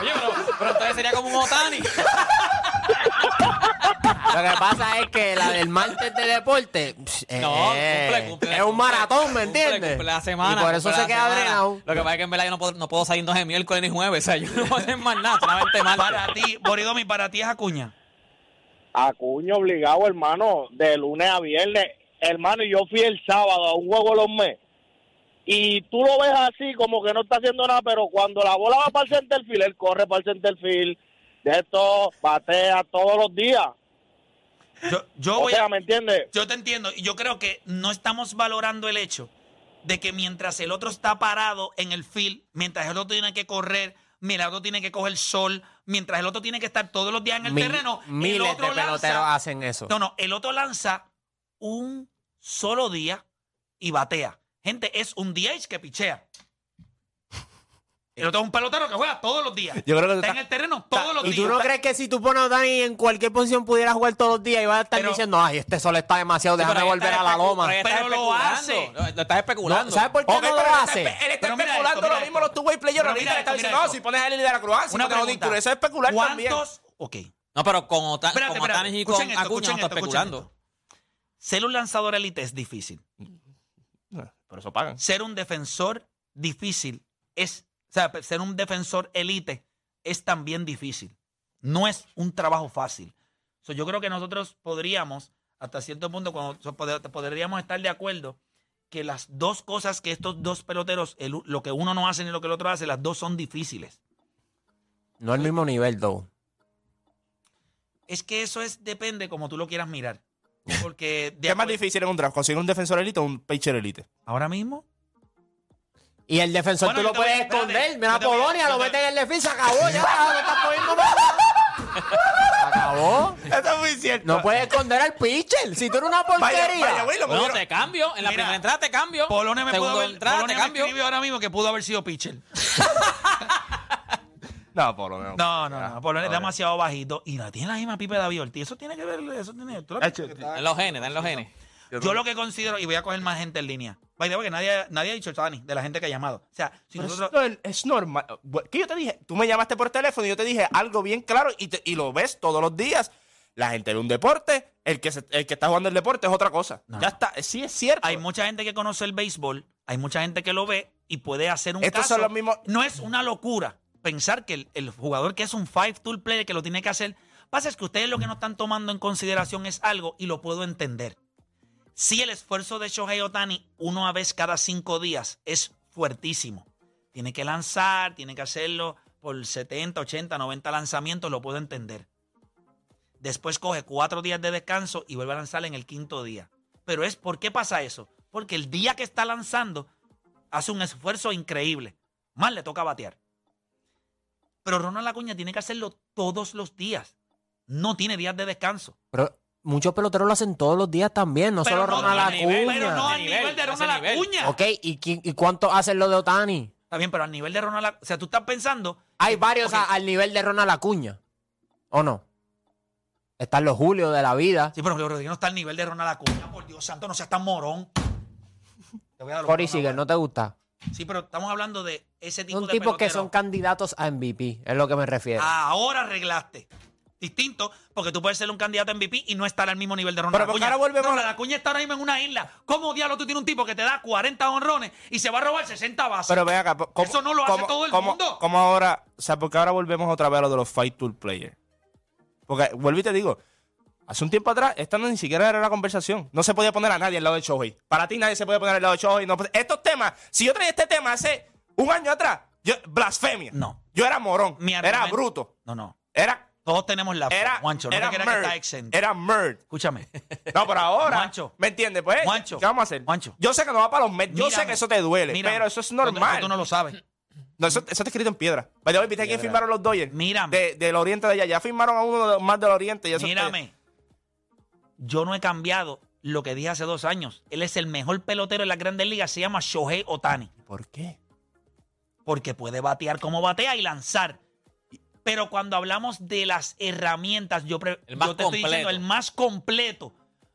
Speaker 4: Oye, pero, pero entonces sería como un Otani.
Speaker 5: *laughs* lo que pasa es que la del martes de deporte pss,
Speaker 4: No,
Speaker 5: eh,
Speaker 4: cumple, cumple.
Speaker 5: es un
Speaker 4: cumple,
Speaker 5: maratón, ¿me
Speaker 4: cumple,
Speaker 5: entiendes?
Speaker 4: cumple la semana.
Speaker 5: y por eso
Speaker 4: cumple
Speaker 5: se
Speaker 4: la
Speaker 5: queda
Speaker 4: semana.
Speaker 5: drenado.
Speaker 4: Lo que pasa es que en verdad yo no puedo, no puedo salir dos de miércoles ni jueves. O sea, yo no puedo hacer más nada, solamente martes.
Speaker 3: Para ti, Boridomi, para ti es Acuña.
Speaker 8: Acuño obligado, hermano, de lunes a viernes. Hermano, y yo fui el sábado a un juego de los mes. Y tú lo ves así, como que no está haciendo nada, pero cuando la bola va para el centerfield, él corre para el centerfield. De esto, batea todos los días.
Speaker 3: Yo, yo
Speaker 8: O
Speaker 3: voy
Speaker 8: sea,
Speaker 3: a-
Speaker 8: ¿me entiendes?
Speaker 3: Yo te entiendo. y Yo creo que no estamos valorando el hecho de que mientras el otro está parado en el field, mientras el otro tiene que correr, mientras el otro tiene que coger sol, mientras el otro tiene que estar todos los días en el
Speaker 5: Mi-
Speaker 3: terreno, el
Speaker 5: miles de
Speaker 3: otro
Speaker 5: peloteros
Speaker 3: lanza.
Speaker 5: hacen eso.
Speaker 3: No, no, el otro lanza un solo día y batea. Gente, es un DH que pichea. El otro es un pelotero que juega todos los días.
Speaker 6: Yo creo que tú
Speaker 3: está en
Speaker 6: estás-
Speaker 3: el terreno todos los
Speaker 5: ¿Y
Speaker 3: días.
Speaker 5: tú no crees que si tú pones a Dani en cualquier posición pudiera jugar todos los días y vas a estar
Speaker 3: Pero-
Speaker 5: diciendo, ay, este sol está
Speaker 4: Sí,
Speaker 5: demasiado,
Speaker 4: pero
Speaker 5: déjame
Speaker 4: ahí
Speaker 5: volver
Speaker 4: estás
Speaker 5: a la
Speaker 4: especu-
Speaker 5: loma?
Speaker 4: ahí estás
Speaker 3: Pero lo hace.
Speaker 4: especulando. Lo- lo estás especulando.
Speaker 5: No, ¿Sabes por qué
Speaker 6: Ok,
Speaker 5: no
Speaker 6: pero
Speaker 5: lo
Speaker 6: él
Speaker 5: hace?
Speaker 6: Está, espe- él está
Speaker 3: Pero mira
Speaker 6: especulando
Speaker 3: esto, mira
Speaker 6: lo mismo
Speaker 3: esto.
Speaker 6: los two-way players
Speaker 3: Pero
Speaker 6: ahorita.
Speaker 3: mira
Speaker 6: le está
Speaker 3: esto,
Speaker 6: diciendo,
Speaker 3: mira
Speaker 6: no,
Speaker 3: esto.
Speaker 6: si pones a Lili de la Cruz, ah, si
Speaker 3: Una
Speaker 6: pones a Odín
Speaker 3: pregunta.
Speaker 6: Cruz, eso es especular también.
Speaker 3: ¿Cuántos? Ok.
Speaker 4: No, pero con, Ota-
Speaker 3: Espérate,
Speaker 4: con
Speaker 3: espérate.
Speaker 4: Otani Ah, y
Speaker 3: Escuchen
Speaker 4: con
Speaker 3: esto,
Speaker 4: Acuña
Speaker 3: escuchen
Speaker 4: no está
Speaker 3: esto, escuchen
Speaker 4: especulando.
Speaker 3: Ser un lanzador élite es difícil.
Speaker 6: Por eso pagan.
Speaker 3: Ser un defensor difícil es, o sea, ser un defensor élite es también difícil. No es un trabajo fácil. So, yo creo que nosotros podríamos, hasta cierto punto, cuando, so, poder- podríamos estar de acuerdo que las dos cosas que estos dos peloteros, el u- lo que uno no hace ni lo que el otro hace, las dos son difíciles.
Speaker 5: No al mismo nivel, though.
Speaker 3: Es que eso es depende como tú lo quieras
Speaker 6: *laughs*
Speaker 3: mirar. Porque de
Speaker 6: ¿Qué es más
Speaker 3: acuer-
Speaker 6: difícil en un draft? ¿Conseguir un defensor elite o un pitcher elite?
Speaker 3: ahora mismo
Speaker 5: Y el defensor
Speaker 3: Bueno,
Speaker 5: tú
Speaker 3: yo
Speaker 5: lo
Speaker 3: te voy a-
Speaker 5: puedes
Speaker 3: espérate,
Speaker 5: esconder. Mira
Speaker 3: yo
Speaker 5: a
Speaker 3: te voy a-
Speaker 5: Polonia,
Speaker 3: yo
Speaker 5: lo
Speaker 3: te-
Speaker 5: mete en el defensa, acabó ya. No estás poniendo más. Se acabó.
Speaker 6: *laughs* Eso es muy cierto.
Speaker 5: No puedes esconder al pitcher. Si tú eres una
Speaker 6: Vaya,
Speaker 5: porquería.
Speaker 6: vaya, güey, lo
Speaker 4: Bueno,
Speaker 6: movieron.
Speaker 4: te cambio. En la
Speaker 3: Mira,
Speaker 4: primera entrada te cambio.
Speaker 3: Polonia me
Speaker 4: Segunda
Speaker 3: pudo haber,
Speaker 4: entrada te
Speaker 3: Polonia me
Speaker 4: cambio.
Speaker 3: escribió ahora mismo que pudo haber sido pitcher.
Speaker 6: No, por lo menos.
Speaker 3: No, no, no. Polonia es
Speaker 6: Ahora.
Speaker 3: demasiado bajito. Y no tiene la misma pipa de David Ortiz. Eso tiene que ver. Eso tiene, tú la-
Speaker 4: En los genes, en los genes.
Speaker 3: yo lo que considero, y voy a coger más gente en línea. By the way, que nadie, nadie ha dicho Dani, de la gente que ha llamado. O sea, si
Speaker 6: Pero
Speaker 3: nosotros.
Speaker 6: esto es, es normal. ¿Qué yo te dije? Tú me llamaste por teléfono y yo te dije algo bien claro y, te- y lo ves todos los días. La gente de un deporte, el que, se- el que está jugando el deporte es otra cosa.
Speaker 3: No.
Speaker 6: Ya está. Sí, es cierto.
Speaker 3: Hay mucha gente que conoce el béisbol, hay mucha gente que lo ve y puede hacer un
Speaker 6: Estos
Speaker 3: caso.
Speaker 6: son los mismos-
Speaker 3: No es una locura pensar que el, el jugador que es un five tool player que lo tiene que hacer. Pasa es que ustedes lo que no están tomando en consideración es algo y lo puedo entender. Si el esfuerzo de Shohei Otani una vez cada cinco días es fuertísimo. Tiene que lanzar, tiene que hacerlo por 70, 80, 90 lanzamientos, lo puedo entender. Después coge cuatro días de descanso y vuelve a lanzar en el quinto día. Pero es, ¿por qué pasa eso? Porque el día que está lanzando hace un esfuerzo increíble. Más le toca batear. Pero Ronald Acuña tiene que hacerlo todos los días. No tiene días de descanso.
Speaker 5: Pero muchos peloteros lo hacen todos los días también, no solo
Speaker 3: no
Speaker 5: Ronald
Speaker 3: al nivel-
Speaker 5: Acuña.
Speaker 3: pero no al
Speaker 4: Ese
Speaker 3: nivel,
Speaker 4: nivel,
Speaker 3: de
Speaker 4: ese
Speaker 3: Ronald
Speaker 4: nivel.
Speaker 3: Acuña.
Speaker 5: Ok, ¿y, qui- y cuántos hacen lo de Otani?
Speaker 3: Está bien, pero al nivel de Ronald Acuña. O sea, tú estás pensando.
Speaker 5: Hay varios a- al nivel de Ronald Acuña. ¿O no? Están los Julio de la vida.
Speaker 3: Sí, pero Julio Rodríguez no está al nivel de Ronald Acuña. Por Dios santo, no seas tan morón. Te voy a dar los
Speaker 5: Corey
Speaker 3: monos
Speaker 5: Seager,
Speaker 3: ahora.
Speaker 5: ¿no te gusta?
Speaker 3: Sí, pero estamos hablando de ese tipo
Speaker 5: Son
Speaker 3: de
Speaker 5: tipos que
Speaker 3: pelotero. Ah.
Speaker 5: son candidatos a MVP, es lo que me refiero.
Speaker 3: Ahora arreglaste. Distinto, porque tú puedes ser un candidato a MVP y no estar al mismo nivel de Ronald
Speaker 6: Pero porque
Speaker 3: Acuña.
Speaker 6: ahora volvemos-
Speaker 3: Ronald Acuña está ahora mismo en una isla. ¿Cómo diablo tú tienes un tipo que te da 40 honrones y se va a robar 60 bases?
Speaker 6: Pero ven acá, ¿cómo-
Speaker 3: Eso no lo hace
Speaker 6: cómo-
Speaker 3: todo el
Speaker 6: cómo-
Speaker 3: mundo.
Speaker 6: ¿Cómo ahora? O sea, porque ahora volvemos otra vez a lo de los Fight Tour Players. Porque, vuelvo y te digo, hace un tiempo atrás, esta no ni siquiera era una conversación. No se podía poner a nadie al lado de Shohei. Para ti nadie se podía poner al lado de Shohei. No, pues, estos temas, si yo traía este tema hace un año atrás, yo, blasfemia.
Speaker 3: No.
Speaker 6: Yo era morón.
Speaker 3: Mi
Speaker 6: era
Speaker 3: argumento-
Speaker 6: bruto.
Speaker 3: No, no.
Speaker 6: Era...
Speaker 3: Todos tenemos la
Speaker 6: Era,
Speaker 3: Juancho, no
Speaker 6: era
Speaker 3: te creas que
Speaker 6: nerd,
Speaker 3: está exento.
Speaker 6: Era nerd.
Speaker 3: Escúchame.
Speaker 6: No, pero ahora.
Speaker 3: Juancho.
Speaker 6: ¿Me entiendes? Pues,
Speaker 3: Juancho.
Speaker 6: ¿qué vamos a hacer?
Speaker 3: Juancho.
Speaker 6: Yo sé que no va para los Mets. *laughs* Yo sé
Speaker 3: Mírame.
Speaker 6: que eso te duele.
Speaker 3: Mírame.
Speaker 6: Pero eso es
Speaker 3: Eso
Speaker 6: normal.
Speaker 3: tú no lo sabes.
Speaker 6: No, eso, eso está escrito en piedra. By the way, ¿viste quién firmaron los Dodgers?
Speaker 3: Mírame.
Speaker 6: De- del Oriente de allá. Ya firmaron a uno de- más del Oriente. Y eso está-
Speaker 3: Mírame. Yo no he cambiado lo que dije hace dos años. Él es el mejor pelotero de las grandes ligas. Se llama Shohei Otani.
Speaker 6: ¿Por qué?
Speaker 3: porque puede batear como batea y lanzar. Pero cuando hablamos de las herramientas, yo, pre-
Speaker 4: El más
Speaker 3: yo te estoy
Speaker 4: completo.
Speaker 3: diciendo el más completo.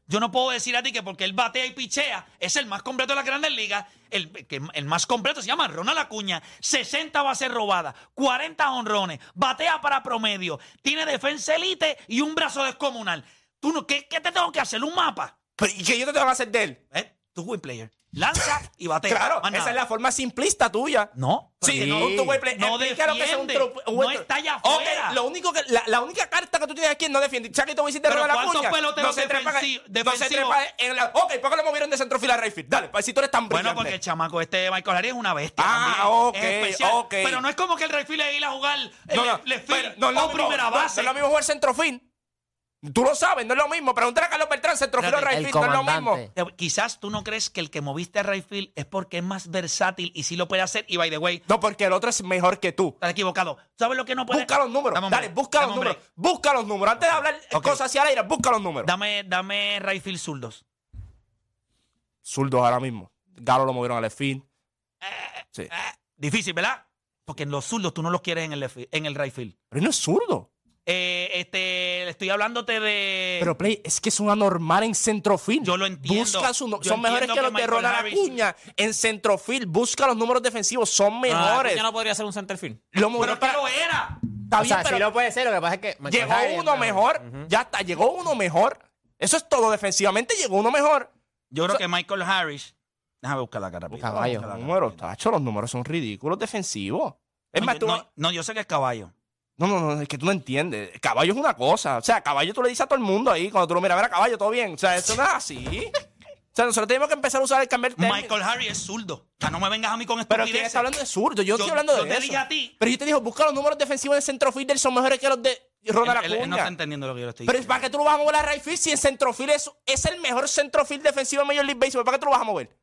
Speaker 3: Yo no puedo decir a ti que porque él batea y pichea es el más completo de las grandes ligas. El, que el más completo se llama Ronald Acuña. 60 bases robadas, 40 honrones, batea para promedio, tiene defensa elite y un brazo descomunal. ¿Tú no, ¿qué, qué te tengo que hacer? ¿Un mapa?
Speaker 6: Pero, ¿Y qué yo te tengo que hacer de él?
Speaker 3: ¿Eh? Tú, win player. Lanza y batea.
Speaker 6: *laughs* Claro,
Speaker 3: Más
Speaker 6: esa
Speaker 3: nada.
Speaker 6: es la forma simplista tuya.
Speaker 3: No.
Speaker 6: Sí,
Speaker 5: Sí.
Speaker 6: no, un two-way play.
Speaker 3: No
Speaker 6: Explica lo que es un
Speaker 3: defiende.
Speaker 6: tru- un-
Speaker 3: No está allá
Speaker 6: Ok,
Speaker 3: afuera.
Speaker 6: lo único que, la, la única carta que tú tienes aquí es no defiende. ¿Sabes qué te voy a decir de
Speaker 3: Pero
Speaker 6: Ronald
Speaker 3: ¿cuántos
Speaker 6: Acuña?
Speaker 3: peloteros
Speaker 6: no se trepa,
Speaker 3: defensi-
Speaker 6: no se
Speaker 3: defensivos?
Speaker 6: trepa en la... Ok, ¿por qué lo movieron de centrofila a Rayfield? Dale, para si tú eres tan brillante.
Speaker 3: Bueno, porque el chamaco este de Michael Arias es una bestia.
Speaker 6: Ah,
Speaker 3: también.
Speaker 6: ok,
Speaker 3: es especial.
Speaker 6: ok.
Speaker 3: Pero no es como que el Rayfield le ir a jugar eh,
Speaker 6: No, no,
Speaker 3: left
Speaker 6: pero
Speaker 3: field
Speaker 6: no es lo
Speaker 3: o
Speaker 6: mismo,
Speaker 3: primera
Speaker 6: no,
Speaker 3: base.
Speaker 6: No, es lo mismo jugar centrofil. Tú lo sabes, no es lo mismo. Pregúntale a Carlos Beltrán, centrofil o
Speaker 3: Espérate,
Speaker 6: right
Speaker 5: el
Speaker 6: field, no es lo mismo.
Speaker 5: comandante.
Speaker 3: Eh, Quizás tú no crees que el que moviste a Rayfield es porque es más versátil y sí lo puede hacer. Y by the way,
Speaker 6: No, porque el otro es mejor que tú.
Speaker 3: estás equivocado. ¿Sabes lo que no puede?
Speaker 6: Busca los números.
Speaker 3: Dame un
Speaker 6: Dale,
Speaker 3: break,
Speaker 6: busca
Speaker 3: dame
Speaker 6: los
Speaker 3: un
Speaker 6: números.
Speaker 3: break.
Speaker 6: Busca los números. Antes de hablar
Speaker 3: Ok.
Speaker 6: cosas hacia el aire, busca los números.
Speaker 3: Dame, dame Rayfield zurdos.
Speaker 6: Zurdos ahora mismo. Galo lo movieron al left field. Sí.
Speaker 3: Ah, difícil, ¿verdad? Porque en los zurdos tú no los quieres en el, left field- en el Rayfield.
Speaker 6: Pero él no es zurdo.
Speaker 3: este, estoy hablándote de.
Speaker 6: Pero Play, es que es una normal en centrofil.
Speaker 3: Eh, Yo lo entiendo.
Speaker 6: Busca su no-
Speaker 3: Yo
Speaker 6: son mejores
Speaker 3: entiendo
Speaker 6: que,
Speaker 3: que
Speaker 6: los de
Speaker 3: Michael
Speaker 6: Ronald
Speaker 3: Harris- Ah,
Speaker 6: Acuña en centrofil. Busca los números defensivos, son mejores.
Speaker 4: Ya no podría ser un centerfield.
Speaker 6: Lo
Speaker 3: Pero
Speaker 6: movieron
Speaker 3: que
Speaker 6: para-
Speaker 3: lo era.
Speaker 6: Está
Speaker 5: o
Speaker 6: bien,
Speaker 5: sea,
Speaker 6: pero-
Speaker 5: sí lo puede ser, lo que pasa es que... Michael
Speaker 6: Llegó
Speaker 5: Harris es
Speaker 6: uno mejor. Ya está, llegó uno mejor. Eso es todo. Defensivamente llegó uno mejor.
Speaker 3: Yo creo que Michael Harris. Déjame buscar la cara.
Speaker 5: Busca- Caballo.
Speaker 6: Los números, tacho, los números son ridículos defensivos. Es
Speaker 3: No,
Speaker 6: más,
Speaker 3: yo-
Speaker 6: tú.
Speaker 3: no,
Speaker 6: No,
Speaker 3: no, yo sé que es caballo.
Speaker 6: no, no, es que tú no entiendes. Caballo es una cosa. O sea, caballo tú le dices a todo el mundo ahí cuando tú lo miras, a ver a caballo, todo bien. O sea, eso no es así. O sea, nosotros tenemos que empezar a usar el cambiar término.
Speaker 3: Michael Harry es zurdo. O sea, no me vengas a mí con
Speaker 6: Pero
Speaker 3: estupideces.
Speaker 6: quién está hablando de zurdo. Yo,
Speaker 3: Yo-
Speaker 6: estoy hablando
Speaker 3: yo
Speaker 6: de
Speaker 3: te
Speaker 6: eso.
Speaker 3: dije a ti.
Speaker 6: Pero yo te digo, busca los números defensivos del centro fielder son mejores que los de
Speaker 3: Él-
Speaker 6: Ronald
Speaker 3: él-
Speaker 6: Acuña.
Speaker 3: él no está entendiendo lo que yo le estoy
Speaker 6: Pero es
Speaker 3: diciendo.
Speaker 6: para que tú lo vas a mover a right field si el centrofil es, es el mejor centrofil defensivo de Major League Baseball. ¿Para qué tú lo vas a mover?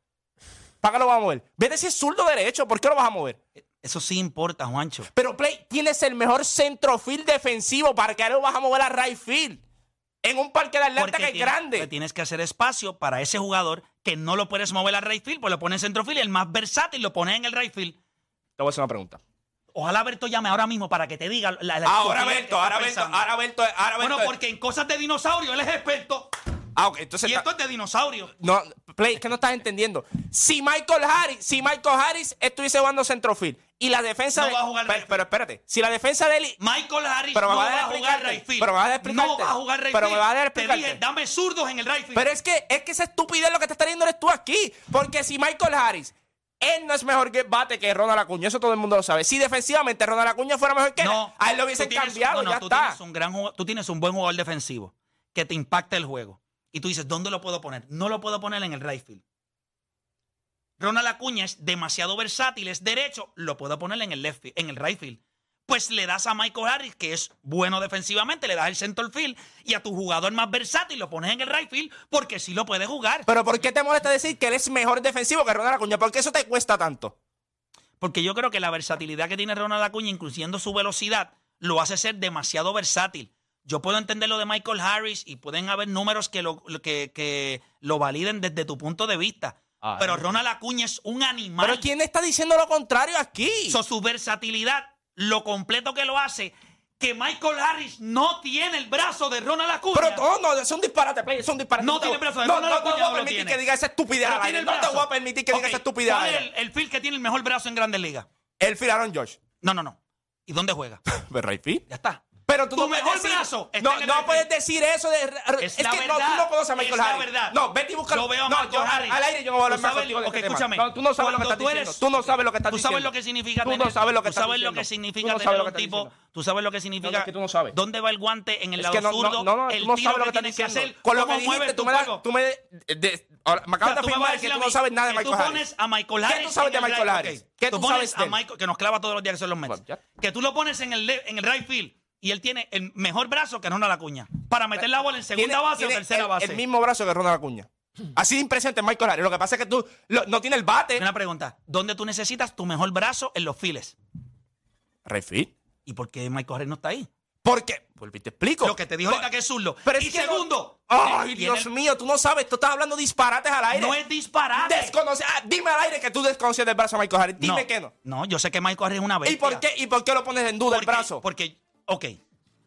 Speaker 6: ¿Para qué lo vas a mover? Vete si es zurdo o derecho, ¿por qué lo vas a mover?
Speaker 3: Eso sí importa, Juancho.
Speaker 6: Pero Play, tienes el mejor centrofil defensivo, ¿para qué lo vas a mover a right field? En un parque de Atlanta que es
Speaker 3: tienes-
Speaker 6: grande.
Speaker 3: porque tienes que hacer espacio para ese jugador que no lo puedes mover al right field, pues lo pones en centrofield y el más versátil lo pones en el right field.
Speaker 6: Te voy a hacer una pregunta.
Speaker 3: Ojalá Berto llame ahora mismo para que te diga la, la
Speaker 6: Ahora
Speaker 3: estupidez que
Speaker 6: Berto,
Speaker 3: está
Speaker 6: ahora Berto,
Speaker 3: pensando.
Speaker 6: ahora Berto, ahora Berto.
Speaker 3: Bueno, porque en cosas de dinosaurio él es experto.
Speaker 6: Ah, ok, entonces...
Speaker 3: Y
Speaker 6: está-
Speaker 3: esto es de dinosaurio.
Speaker 6: No, Play, es que no estás entendiendo. Si Michael Harris, si Michael Harris estuviese jugando centrofil y la defensa
Speaker 3: No
Speaker 6: de-
Speaker 3: va a jugar
Speaker 6: pero,
Speaker 3: right
Speaker 6: pero espérate, si la defensa de él
Speaker 3: Michael Harris
Speaker 6: Pero me
Speaker 3: no
Speaker 6: vas a
Speaker 3: va a
Speaker 6: dejar
Speaker 3: jugar
Speaker 6: explicarte.
Speaker 3: right field.
Speaker 6: Pero me vas a dejar
Speaker 3: No
Speaker 6: explicarte.
Speaker 3: va a jugar right
Speaker 6: Pero me
Speaker 3: field.
Speaker 6: vas a dejar
Speaker 3: Te
Speaker 6: explicarte.
Speaker 3: dije, dame zurdos en el right field.
Speaker 6: Pero es que, es que esa estupidez lo que te está diciendo eres tú aquí. Porque si Michael Harris, él no es mejor que bate que Ronald Acuña, eso todo el mundo lo sabe. Si defensivamente Ronald Acuña fuera mejor que él, a él lo hubiesen
Speaker 3: tú tienes-
Speaker 6: cambiado,
Speaker 3: no, no,
Speaker 6: ya
Speaker 3: tú
Speaker 6: está.
Speaker 3: Tienes un gran jugador- tú tienes un buen jugador defensivo que te impacta el juego. Y tú dices, ¿dónde lo puedo poner? No lo puedo poner en el right field. Ronald Acuña es demasiado versátil, es derecho, lo puedo poner en el left field, en el right field. pues le das a Michael Harris, que es bueno defensivamente, le das el center field y a tu jugador más versátil lo pones en el right field porque sí lo puede jugar.
Speaker 6: Pero ¿por qué te molesta decir que él es mejor defensivo que Ronald Acuña? ¿Por qué eso te cuesta tanto?
Speaker 3: Porque yo creo que la versatilidad que tiene Ronald Acuña, incluyendo su velocidad, lo hace ser demasiado versátil. Yo puedo entender lo de Michael Harris y pueden haber números que lo, que, que lo validen desde tu punto de vista.
Speaker 4: Ah,
Speaker 3: pero
Speaker 4: eh.
Speaker 3: Ronald Acuña es un animal.
Speaker 6: Pero ¿quién está diciendo lo contrario aquí?
Speaker 3: So, su versatilidad, lo completo que lo hace, que Michael Harris no tiene el brazo de Ronald Acuña.
Speaker 6: Pero no, no, es un disparate, play, es un disparate.
Speaker 3: No
Speaker 6: te
Speaker 3: tiene
Speaker 6: voy-
Speaker 3: brazo,
Speaker 6: No,
Speaker 3: no
Speaker 6: no,
Speaker 3: lo
Speaker 6: no, te voy
Speaker 3: acuña, no
Speaker 6: a
Speaker 3: lo
Speaker 6: permitir
Speaker 3: tiene.
Speaker 6: que diga esa estupidez.
Speaker 3: Pero
Speaker 6: al
Speaker 3: tiene
Speaker 6: aire.
Speaker 3: el
Speaker 6: No te
Speaker 3: brazo.
Speaker 6: voy a permitir que
Speaker 3: Ok,
Speaker 6: diga esa estupidez.
Speaker 3: ¿Cuál
Speaker 6: al
Speaker 3: es
Speaker 6: aire.
Speaker 3: el, el field que tiene el mejor brazo en Grandes Ligas?
Speaker 6: El Firaron *laughs* George.
Speaker 3: No, no, no. ¿Y dónde juega?
Speaker 6: Pero right field.
Speaker 3: Ya está.
Speaker 6: Pero tú
Speaker 3: Tu
Speaker 6: no puedes
Speaker 3: mejor
Speaker 6: decir,
Speaker 3: brazo está
Speaker 6: No,
Speaker 3: en el
Speaker 6: no
Speaker 3: right
Speaker 6: puedes
Speaker 3: field.
Speaker 6: decir eso de.
Speaker 3: Es
Speaker 6: Es,
Speaker 3: la
Speaker 6: que
Speaker 3: verdad,
Speaker 6: no, tú no conoces a Michael
Speaker 3: es la
Speaker 6: Harris.
Speaker 3: verdad.
Speaker 6: No, vete y búscalo.
Speaker 3: Yo veo a
Speaker 6: no,
Speaker 3: Michael
Speaker 6: yo,
Speaker 3: Harris.
Speaker 6: al, al aire yo no voy a hablar
Speaker 3: Tú
Speaker 6: más
Speaker 3: sabes-
Speaker 6: contigo de
Speaker 3: ok,
Speaker 6: este tema.
Speaker 3: escúchame.
Speaker 6: No, tú no sabes lo
Speaker 3: Cuando
Speaker 6: que estás
Speaker 3: tú eres-
Speaker 6: diciendo. Tú no sabes lo que estás
Speaker 3: Tú
Speaker 6: diciendo.
Speaker 3: sabes lo que significa
Speaker 6: Tú
Speaker 3: tener,
Speaker 6: no sabes lo que
Speaker 3: tú
Speaker 6: estás
Speaker 3: sabes lo
Speaker 6: diciendo.
Speaker 3: que significa
Speaker 6: Tú no
Speaker 3: tener
Speaker 6: sabes lo que
Speaker 3: un
Speaker 6: estás
Speaker 3: tipo,
Speaker 6: diciendo.
Speaker 3: tú sabes lo que significa
Speaker 6: No, no, es que tú no sabes.
Speaker 3: dónde va el guante en el
Speaker 6: Es
Speaker 3: lado
Speaker 6: que no, no,
Speaker 3: zurdo,
Speaker 6: no, no,
Speaker 3: el
Speaker 6: tú no
Speaker 3: tiro
Speaker 6: sabes lo que
Speaker 3: que
Speaker 6: estás
Speaker 3: tienes que
Speaker 6: diciendo.
Speaker 3: hacer,
Speaker 6: Con lo
Speaker 3: cómo
Speaker 6: que dijiste,
Speaker 3: mueves
Speaker 6: tú
Speaker 3: tu
Speaker 6: me, das-
Speaker 3: juego.
Speaker 6: tú me de- de- ahora, me acabas
Speaker 3: O sea,
Speaker 6: de
Speaker 3: tú me
Speaker 6: afirmar
Speaker 3: vas a
Speaker 6: que
Speaker 3: decir
Speaker 6: tú
Speaker 3: a
Speaker 6: no
Speaker 3: mí
Speaker 6: sabes nada de
Speaker 3: que
Speaker 6: Michael
Speaker 3: Tú pones
Speaker 6: Harris.
Speaker 3: a Michael
Speaker 6: ¿Qué
Speaker 3: Harris.
Speaker 6: tú sabes
Speaker 3: en
Speaker 6: de
Speaker 3: el
Speaker 6: Michael
Speaker 3: right-
Speaker 6: Harris?
Speaker 3: ok,
Speaker 6: ¿Qué tú
Speaker 3: pones
Speaker 6: sabes de
Speaker 3: a
Speaker 6: él?
Speaker 3: Michael, que nos clava todos los días que son los Mets.
Speaker 6: Bueno, ya.
Speaker 3: Que tú lo pones en el, le- en el right field y él tiene el mejor brazo que Ronald Acuña para meter la bola en segunda
Speaker 6: Tiene-
Speaker 3: base
Speaker 6: tiene
Speaker 3: o tercera
Speaker 6: el,
Speaker 3: base.
Speaker 6: El mismo brazo que Ronald Acuña. Así de impresente es Michael Harris. Lo que pasa es que tú lo- no tiene el bate.
Speaker 3: Una pregunta, ¿dónde tú necesitas tu mejor brazo en los files?
Speaker 6: Refit.
Speaker 3: ¿Y por qué Michael Harris no está ahí?
Speaker 6: ¿Por qué? Volví, te explico.
Speaker 3: Lo que te dijo ahorita que es zurdo.
Speaker 6: Pero es
Speaker 3: y
Speaker 6: que no-
Speaker 3: segundo,
Speaker 6: Ay,
Speaker 3: él tiene
Speaker 6: Dios
Speaker 3: el-
Speaker 6: mío, tú no sabes. Tú estás hablando disparates al aire.
Speaker 3: no es disparate.
Speaker 6: Desconoce. ah, dime al aire que tú desconoces del brazo de Michael Harris. Dime que no.
Speaker 3: No, yo sé que Michael Harris es una bestia.
Speaker 6: ¿Y por, qué, ¿Y por qué lo pones en duda el
Speaker 3: Porque-
Speaker 6: brazo?
Speaker 3: Porque, ok,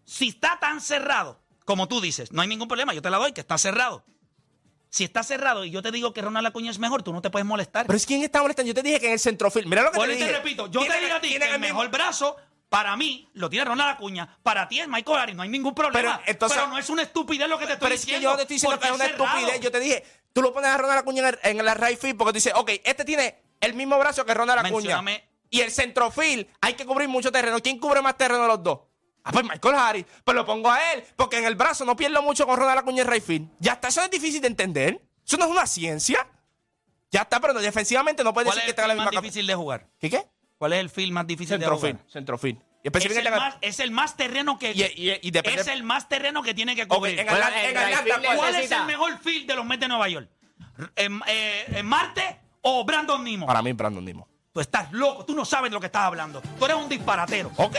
Speaker 3: si está tan cerrado, como tú dices, no hay ningún problema, yo te la doy, que está cerrado. Si está cerrado y yo te digo que Ronald Acuña es mejor, tú no te puedes molestar.
Speaker 6: Pero es quién está molestando. Yo te dije que en el centrofil. Mira lo que
Speaker 3: Vuelvo y
Speaker 6: te
Speaker 3: te
Speaker 6: dije.
Speaker 3: repito, yo te
Speaker 6: Tienen-
Speaker 3: digo a ti que
Speaker 6: tienen
Speaker 3: el
Speaker 6: mismo-
Speaker 3: mejor brazo para mí lo tiene Ronald Acuña, para ti es Michael Harris, no hay ningún problema.
Speaker 6: Pero, entonces-
Speaker 3: Pero no es una estupidez lo que te estoy
Speaker 6: Pero es que
Speaker 3: diciendo.
Speaker 6: yo no te estoy diciendo
Speaker 3: porque
Speaker 6: que es una
Speaker 3: cerrado.
Speaker 6: estupidez. Yo te dije, tú lo pones a Ronald Acuña en el, en el right field porque tú dices, ok, este tiene el mismo brazo que Ronald Acuña.
Speaker 3: Mencióname-
Speaker 6: Y el centrofil, hay que cubrir mucho terreno. ¿Quién cubre más terreno de los dos? Ah, pues Michael Harris. Pues lo pongo a él, porque en el brazo no pierdo mucho con Ronald Acuña en right field. Ya está, eso no es difícil de entender. Eso no es una ciencia. Ya está, pero no, defensivamente no puedes
Speaker 3: ¿Cuál
Speaker 6: decir
Speaker 3: es
Speaker 6: que
Speaker 3: el
Speaker 6: tenga
Speaker 3: field
Speaker 6: la
Speaker 3: más
Speaker 6: misma capa-
Speaker 3: difícil de jugar?
Speaker 6: ¿Qué qué?
Speaker 3: ¿Cuál es el field más difícil de
Speaker 6: Centrofil,
Speaker 3: jugar?
Speaker 6: centrofil. Y
Speaker 3: Es el,
Speaker 6: específicamente la-
Speaker 3: más, es el más terreno que
Speaker 6: Y- y- y depende-
Speaker 3: es el más terreno que tiene que
Speaker 6: Ok,
Speaker 3: cubrir.
Speaker 6: en Atlanta, en
Speaker 5: en right
Speaker 6: Atlanta,
Speaker 5: field
Speaker 6: ¿cuál?
Speaker 3: ¿Cuál es
Speaker 5: necesita-
Speaker 3: el mejor field de los Mets de Nueva York? Eh, eh, eh, ¿Marte o Brandon Nimo?
Speaker 6: Para mí, Brandon Nimo.
Speaker 3: Tú estás loco, tú no sabes lo que estás hablando. Tú eres un disparatero.
Speaker 6: Ok.